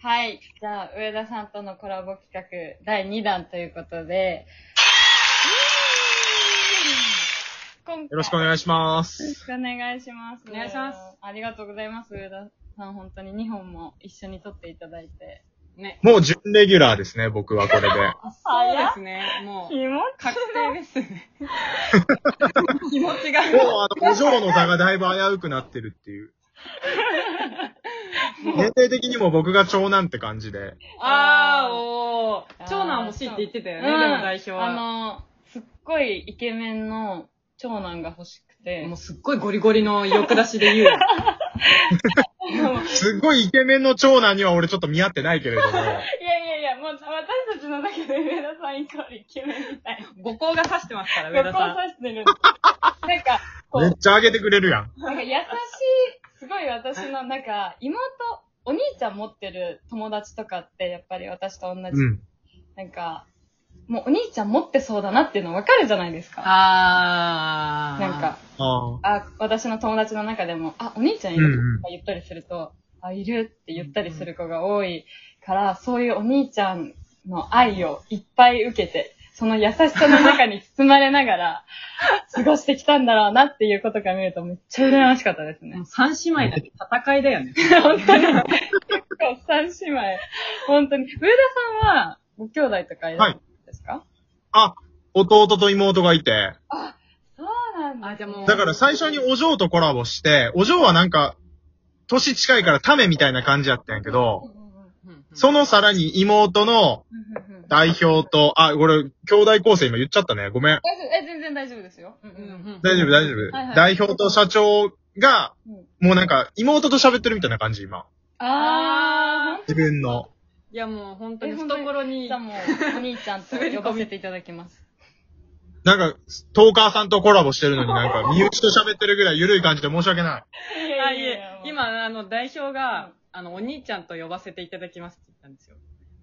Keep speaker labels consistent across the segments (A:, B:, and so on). A: はい。じゃあ、上田さんとのコラボ企画第2弾ということで、今回
B: よろしくお願いします。
A: よろしくお願いします。
C: お願いします
A: ありがとうございます、上田さん。本当に2本も一緒に撮っていただいて。
C: ね。
B: もう準レギュラーですね、僕はこれで。
C: そうですね。もう、
A: 気持
C: 確定ですね。気持ちが。
B: もう、あの、お嬢の座がだいぶ危うくなってるっていう。年齢的にも僕が長男って感じで。
C: あー、お
A: あ
C: ー。
A: ー
C: 長男欲しいって言ってたよね、
A: うん
C: でも代表は。
A: あの、すっごいイケメンの長男が欲しくて。
C: もうすっごいゴリゴリの欲出しで言う よ。
B: すっごいイケメンの長男には俺ちょっと見合ってないけれども。
A: いやいやいや、もう私たちの中で上田さんイコールイケメンみたいな。
C: 五行が指してますから、上
A: 学
C: 田
A: 校
C: さ
A: さ
C: ん。
A: してる。なんか、こう、
B: め
A: な
B: っ
A: ん
B: ちゃ上げてくれるやん。
A: か優しい、すごい私のなんか、妹、お兄ちゃん持ってる友達とかって、やっぱり私と同じ、
B: うん。
A: なんか、もうお兄ちゃん持ってそうだなっていうの分かるじゃないですか。
C: あー。
A: なんか、、
B: ああ。
A: あ、私の友達の中でも、あ、お兄ちゃんい
B: うんう
A: る
B: ん
A: とか言ったりすると、あ、いるって言ったりする子が多いから、そういうお兄ちゃんの愛をいっぱい受けて、その優しさの中に包まれなが ら、過ごしてきたんだろうなっていうことが見るとめっちゃ羨ましかったですね。
C: 三姉妹だけ戦いだよね。
A: 結構三姉妹。本当に。上田さんは、ご兄弟とかいるんですか、
B: あ、弟と妹がいて。
A: そうなん
C: あじゃあもう
B: だから最初にお嬢とコラボして、お嬢はなんか、年近いからタメみたいな感じやったんやけど、そのさらに妹の代表と、あ、これ、兄弟構成今言っちゃったね。ごめん。
A: 大丈夫、え、全然大丈夫ですよ。うんう
C: うん
A: ん
C: うん、
B: 大丈夫、大丈
A: はいは
B: 夫。
A: い
B: 代表と社長が、
A: うん
B: もうなんか、妹と喋ってるみたいな感じ、今。
A: あ
B: 自分の。
C: いやもう本当
A: え
C: に
A: 本当に
C: 懐
A: ー。
C: に
A: じゃあ。もう、お兄ちゃんと呼ばせていただきます。
B: なんか、トーカーさんとコラボしてるのになん か、身内と喋ってるぐらい緩い感じで申し訳ない。
A: い
C: あいえ、
A: 今、
C: 今、あの、代表
A: う
C: が
A: ん、
C: あの、お兄ちゃんと呼ばせていただきますって言ったんですよ。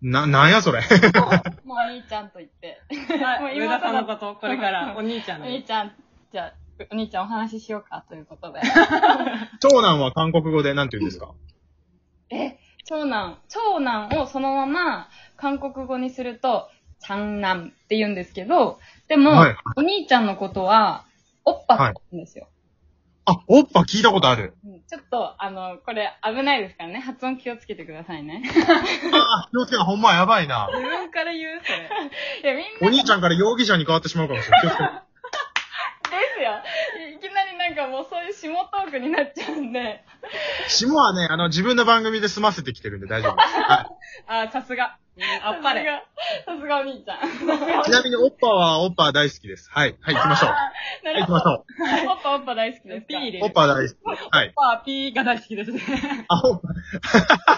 B: な、なんやそれ。
A: もうお兄ちゃんと言って。もう
C: はい。
A: 妹
C: 上
A: だ
C: 田さんのこと、これから、お兄ちゃん
A: お
C: で。
A: 兄ちゃん、じゃあ、お兄ちゃんお話ししようかということで。
B: 長男は韓国語でなんて言うんですか
A: え、長男、長男をそのまま韓国語にすると、長男って言うんですけど、でも、
B: はい
A: お兄ちゃんのことは、おっぱって言うんですよ。
B: あ、おっぱ聞いたこと ある。
A: うんちょっと、あの、これ危ないですからね。発音気をつけてください ね。
B: あ、気をつけな、ほんまやばいな。
C: 自分から言うそれ。
A: いや、みん
B: お
A: な
B: 兄ちゃんから容疑者に変わってしまうかもしれない。気をつけて
A: ですよ。いきなりなんかもうそういう下トークになっちゃうんで。
B: 下はね、あの、自分の番組で済ませてきてるんで大丈夫です。は
C: あ、さすが。あっぱれ。
A: さすが。さすがお兄ちゃん。
B: いちなみに、おっぱは、おっぱ大好きです。はい。はい、行きましょう。は、
A: ないる
B: 行き
A: ほ
B: ま
A: ど
B: し。ょ
A: おっぱおっぱ大好きです
C: ピ
A: か
C: ー入れ
B: う。お
C: る
B: っ。ぱ大好き。はい。
C: パーピーが大好きですね。
B: あ、おっぱ。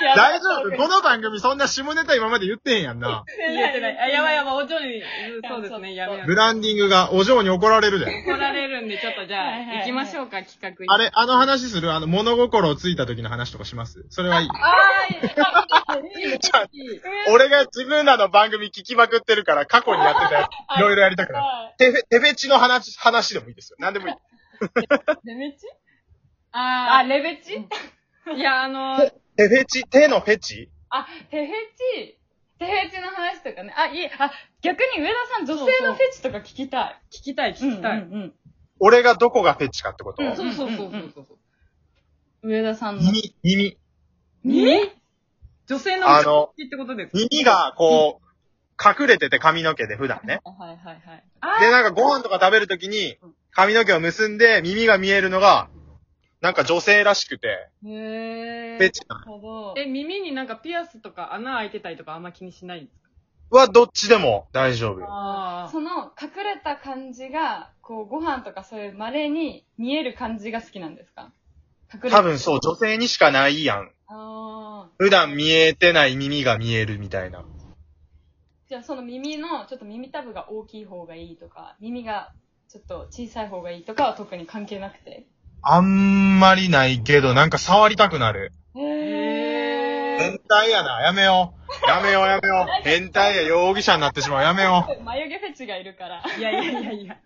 A: いや
B: 大丈夫この番組そんな下ネタ今まで言ってへんやんな。
C: 言えてない。あ、やばいやばい、お嬢に、そうですね、
A: いや
C: や
A: ちょっと
C: めよ
B: ブ
C: う。
B: ランディングがお嬢に怒られるで。
C: 怒られるんで、ちょっとじ
A: は
C: ゃ
A: いはいは
C: あ、
A: い
C: 行きましょうか、企画に
B: あれ、あの話するあの、物心をついた時の話とかしますそれはいい。
A: あーいいいいいい
B: じゃあ
A: い
B: 俺が自分らの番組聞きまくってるから、過去にやってたやつ、いろいろやりたくなる。
A: は
B: てべ、てべちの話、話でもいいですよ。何でもいい。
A: いレベチあ、
C: あ
A: レベチ
C: ー、いや、あの、
B: てべち、手のフェチ
A: あ、テフェチテフェチの話とかね。あ、いえ、あ、逆に上田さん女性のフェチとか聞きた
C: 聞きたい、
A: い。
C: 聞きた
A: う
C: い。
A: んうんうん
B: 俺がどこがフェチかってこと、
A: うん
C: そうそうそうそうそう。
A: 上田さんの。
B: 耳、耳。
C: 耳女性の
B: あ
C: 耳
B: の
C: 好きってことですか
B: 耳が、こう、隠れてて髪の毛で普段ね。
A: はいはいはい。
B: で、なんかご飯とか食べるときに、髪の毛を結んで耳が見えるのが、なんか女性らしくて、
A: へー。
B: フェチな
A: なるほど。
C: え、耳になんかピアスとか穴開いてたりとかあんま気にしないんですか
B: のはどっちでも大丈夫よ。
C: あ
A: その隠れた感じが、こう、ご飯とかそういう稀に見える感じが好きなんですか隠れ
B: 多分そう、女性にしかないやん。
A: ああ。
B: 普段見えてない耳が見えるみたいな。
A: じゃあその耳の、ちょっと耳たぶが大きい方がいいとか、耳がちょっと小さい方がいいとかは特に関係なくて。
B: あんまりないけど、なんか触りたくなる。
C: へ
B: 変態やな、やめよう。やめよう、やめよう。変態や、容疑者になってしまう、やめよう。
A: 眉毛フェチがいるから。
C: あ。いやいやいやいや。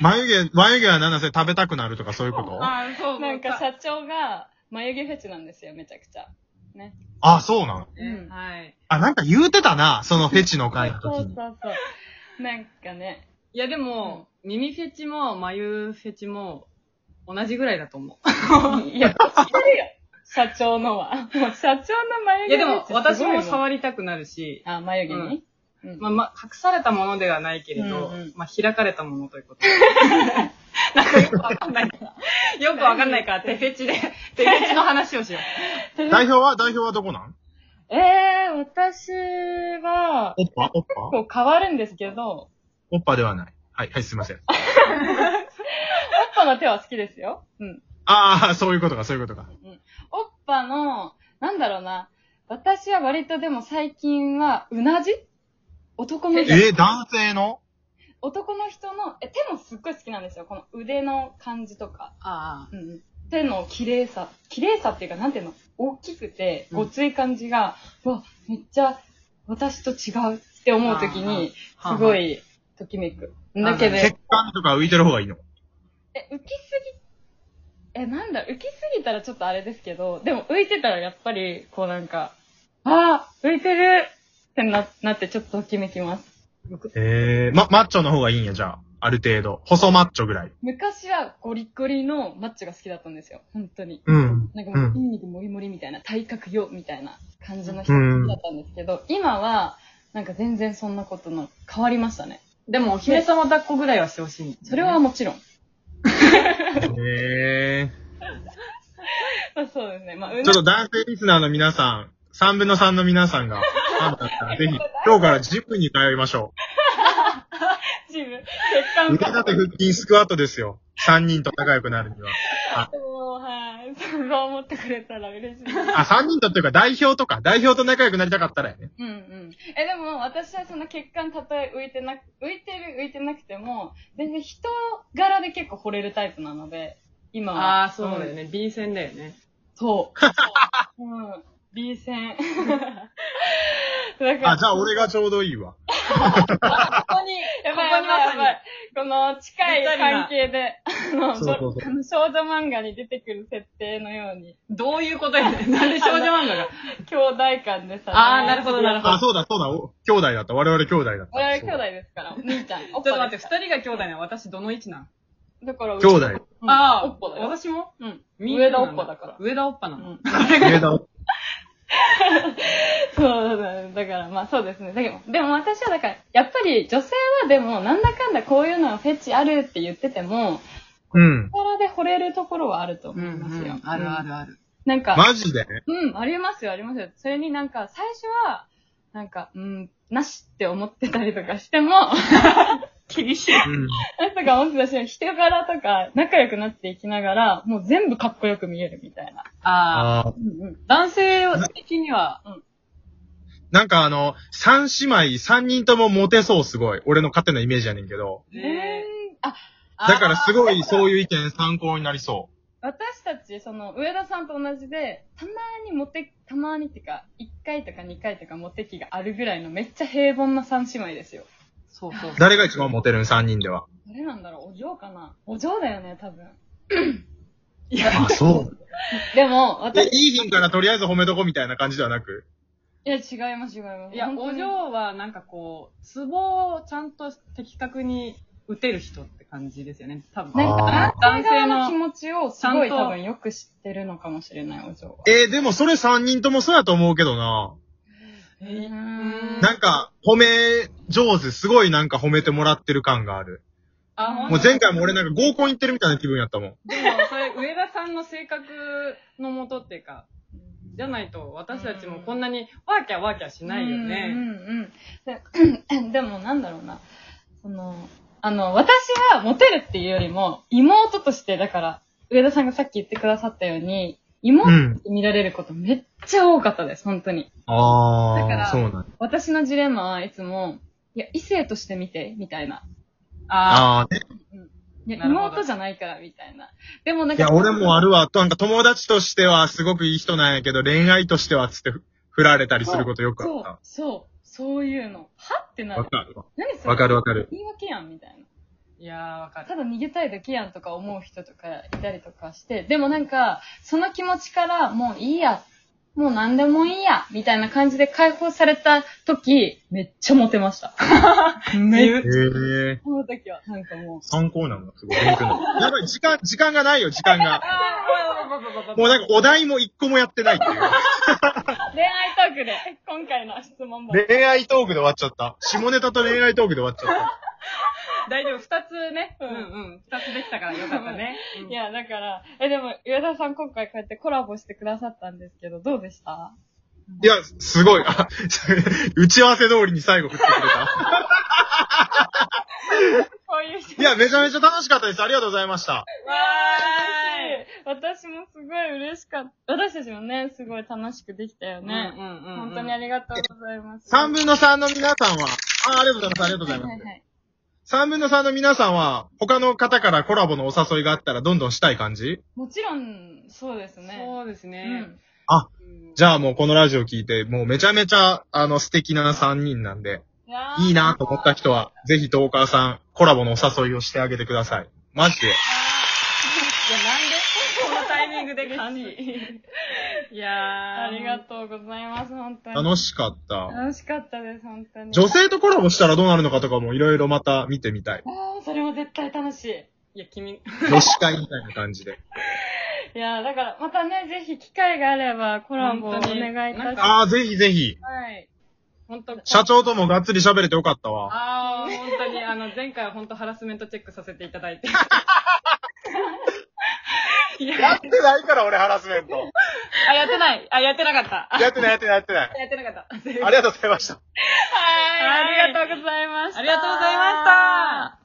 B: 眉毛、眉毛はなんせ食べたくなるとかそういうこと
C: ああ、そう。
A: なんか
C: さ、
A: 社長が眉毛フェチなんですよ、めちゃくちゃ。ね。
B: あ、そうなの
A: うん
C: はい。
B: あ、なんか言うてたな、そのフェチの回の
A: そ
B: 時
A: う
B: に。
A: そうそう。なんか ね、
C: いや、でも、耳フェチも眉フェチも同じぐらいだと思
A: いや、知ってるよ。社長のは。もう社長の眉
C: う。
A: 毛
C: いや、でも、私も
A: り。
C: 触りたくなるし、
A: あ、眉毛に、うん
C: まあ、まあ、隠されたものではないけれど、
A: うんうん
C: まあ、開かれたものということで。 なんか よくわかんないから。よくわかんないから、手フェチで、手フェチの話をしよ
B: 代表は代表はどこなん
A: えー、私は、
B: おっぱおっぱ
A: こう変わるんですけど、
B: おっぱではない。はい、はい、すいません。
A: おっぱの手は好きですよ。うん。
B: ああ、そういうことか、そういうことか。
A: おっぱの、なんだろうな。私は割とでも最近は、うなじ男の人。
B: えー、男性の
A: 男の人の、え、手もすっごい好きなんですよ。この腕の感じとか。
C: う。 あ
A: うんうん。手の綺麗さ。綺麗さっていうか、なんていうの大きくて、ごつい感じが、うわ、めっちゃ、私と違うって思うときに、
C: あ
A: すご
C: い。
A: い、ときめく。だけど、
B: 血管とか浮いてる方がいいの
A: え、浮きすぎ、え、なんだ、浮きすぎたらちょっとあれですけど、でも浮いてたらやっぱり、こうなんか、あー浮いてるってな、なってちょっとときめきます。
B: えー、ま、マッチョの方がいいんや、じゃあ。ある程度。細マッチョぐらい。
A: 昔はゴリゴリのマッチョが好きだったんですよ。本当に。
B: うん。
A: なんかもう、
B: うん
A: 筋肉もりもりみたいな、体格よ、みたいな感じの人が好きだったんですけど、今は、なんか全然そんなことの変わりましたね。
C: でも、お姫様抱っこぐらいはしてほしい。
A: それはもちろん。
B: え
A: まあそうですね。まあ、う
B: ー。
A: な
B: ちょっと男性リスナーの皆さん、3分の3の皆さんが、ファンだったら、ぜひ、今日からジムに通いましょ
A: チーム、血
B: う。
A: 管
B: 腕立て腹筋スクワットですよ。3人と仲良くなるには。
A: もう、はい。そう思ってくれたら嬉しいです。
B: あ、3人とっていうか代表とか、代表と仲良くなりたかったらやね。
A: うんうん。え、でも私はその血管たとえ浮いてなく、浮いてる浮いてなくても、全然人柄で結構惚れるタイプなので、今は。
C: ああ、そうだよね。B 線だよね。
A: そう。 そう。うん。B 線。だから、
B: あ、じゃあ俺がちょうどいいわ。
C: ここに、
A: やばいやばいやばい。この近い
C: ぴったりな
A: 関係で、あの、
B: そうそうそう
A: あの少女漫画に出てくる設定のように、
C: どういうことやねん。なんで少女漫画 が。
A: 兄弟間でさ、
C: あーなるほどなるほど
B: あ、そうだそうだ、お兄弟だった。我々兄弟だった。
A: 我々兄弟ですから、お兄ちゃん。ちょ
C: ちょっと待って、二人が兄弟なの私どの位置なの
A: て。だから、
B: そうだ。兄弟。
A: うん
C: ああ、
A: おっぽだよ。
C: 私も
A: うん。
C: み
A: 上田おっぽだから。
C: 上田おっぱなの。
B: 上田を
A: そうだ、ね、だから、まあそうですね。だけど、でも私はだから、やっぱり女性はでも、なんだかんだこういうのはフェチあるって言ってても、
B: うん。
A: 力で惚れるところはあると思いますよ。うん。
C: るある。
A: なんか、
B: マジで
A: うん、ありますよ、ありますよ。それになんか、最初は、なんか、うん、なしって思ってたりとかしても、 厳しい。
B: うん。
A: なしとか思ってたし、人柄とか仲良くなっていきながら、もう全部かっこよく見えるみたいな。
C: ああ、
B: あー
A: うんうん。
C: 男性的には、
B: なんかあの、三姉妹、三人ともモテそうすごい。俺の勝手なイメージやねんけど。
A: え
C: ね
A: ー、あ、
B: だからすごいそういう意見参考になりそ
A: 私たち、その、上田さんと同じで、たまにモテ、たまにっていうか、1回とか2回とかモテ期があるぐらいのめっちゃ平凡な3姉妹ですよ。
C: そうそう
B: う。。誰が一番モテるん三人では。
A: 誰なんだろうお嬢かなお嬢だよね、多分。
C: いや、
B: あ、そう。
A: でも、
B: で、
A: 私、
B: い
A: い
B: い品からとりあえず褒めとこみたいな感じではなく。
A: や、違います、違います。
C: いや、
A: 本当
C: お
A: に
C: 嬢はなんかこう、ツボをちゃんと的確に打てる人って感じですよね。多分。
A: なんか、男
C: 男
A: 性
C: 性
A: の
C: の
A: 気持ちをすごい
C: ちゃんと
A: 多分よく知ってるのかもしれない、お嬢は。
B: えー、でもそれ三人ともそうやと思うけどな。
A: う
C: えー
A: ーん
B: なんか、褒め上手、すごいなんか褒めてもらってる感がある。
C: あ、ほん
B: も
C: と
B: う前回も俺なんか合コン行ってるみたいな気分やったもん。
C: でも、それ、上田さんの性格のもとっていうか、じゃないと、私たちもこんなに、ワーキャーワーキャーしないよ
A: う
C: ね。
A: んうんうん。ででもなんだろうな。その、あの、私がモテるっていうよりも、妹として、だから、上田さんがさっき言ってくださったように、妹
B: うん
A: に見られることめっちゃ多かったです、本当に。だか
B: あ
A: ら
B: あ、そうなんだ。
A: 私のジレンマはいつも、いや、異性として見て、みたいな。
C: あ
B: ああ、ね。
A: いや、
C: なるほど
A: 妹じゃないから、みたいな。でもなん
B: い
A: か、
B: や、俺もあるわ。なんか友達としてはすごくいい人なんやけど、恋愛としてはつってふ振られたりすることよくあ
A: そ
B: っ
A: う
B: た、。
A: そう、そういうの。はってな
B: わ
A: る。
B: かるわ。
A: 何それ
B: わかるわかる。
A: 言い訳やん、みたいな。
C: ーいやー、わかる。
A: ただ逃げたいだけやんとか思う人とかいたりとかして、でもなんか、その気持ちからもういいやっもう何でもいいや、みたいな感じで解放された時、めっちゃモテました。めっちゃ。
B: へえ。
A: その時は、なんかもう、
B: 参考になるな、すごい。勉強になる。やばい、時間、時間がないよ、時間が。もうなんかお題も一個もやってないっていう。
A: 恋愛トークで、今回の質問も。
B: 恋愛トークで終わっちゃった。下ネタと恋愛トークで終わっちゃった。
C: 大丈夫、二つね。
A: う
C: うんんうん。二つできたからよかったね。うん
A: いや、だから、え、でも、上田さん今回こうやってコラボしてくださったんですけど、どうでした
B: いや、すごい。あ 打ち合わせ通りに最後振ってくれた。
A: こういう人
B: いや、めちゃめちゃ楽しかったです。ありがとうございました。
C: わ
A: 私もすごい嬉しかった。私たちもね、すごい楽しくできたよ
C: ーいね
A: ね。。
C: うんうんうん。
A: 本当にありがとうございます。
B: 3分の3の皆さんは、あ、ありがとうございます。ありがとうござい
A: は
B: ま
A: い
B: す
A: は。い
B: 3分の3の皆さんは、他の方からコラボのお誘いがあったらどんどんしたい感じ
A: もちろん、そうですね。
C: そうです
A: う
C: ね。
A: ん。
C: うん
B: じゃあもうこのラジオ聞いて、もうめちゃめちゃ、あの、素敵な3人なんで、
A: やー
B: いいなと思った人は、ぜひトーカーさん、コラボのお誘いをしてあげてください。マジで。
C: いや、なんでこのタイミングで感じ。
A: 嬉しい
C: いやー。
A: ありがとうございます、本当に。
B: 楽しかった。
A: 楽しかったです、本当に。
B: 女性とコラボしたらどうなるのかとかもいろいろまた見てみたい。
A: あーそれも絶対楽しい。
C: いや、君、
B: 女子会みたいな感じで。
A: いやーだから、またね、ぜひ機会があれば、コラボをお
C: 本当に
A: 願いいた
C: なん
A: し
C: か
A: ま
B: ああ、ぜひぜひ。
A: す。はい。
C: 本当
B: 社長ともがっつり喋れてよかったわ。
C: ああ、本当に、あの、 前回は本当ハラスメントチェックさせていただいて。いや、
B: ってないから俺ハラスメント。
C: あ、やってない。あ、やってなかった。あ
B: やってないやってないやってない。
C: やってなかった。
B: ありがとうございました。
A: はいありがとうございました。
C: ありがとうございました。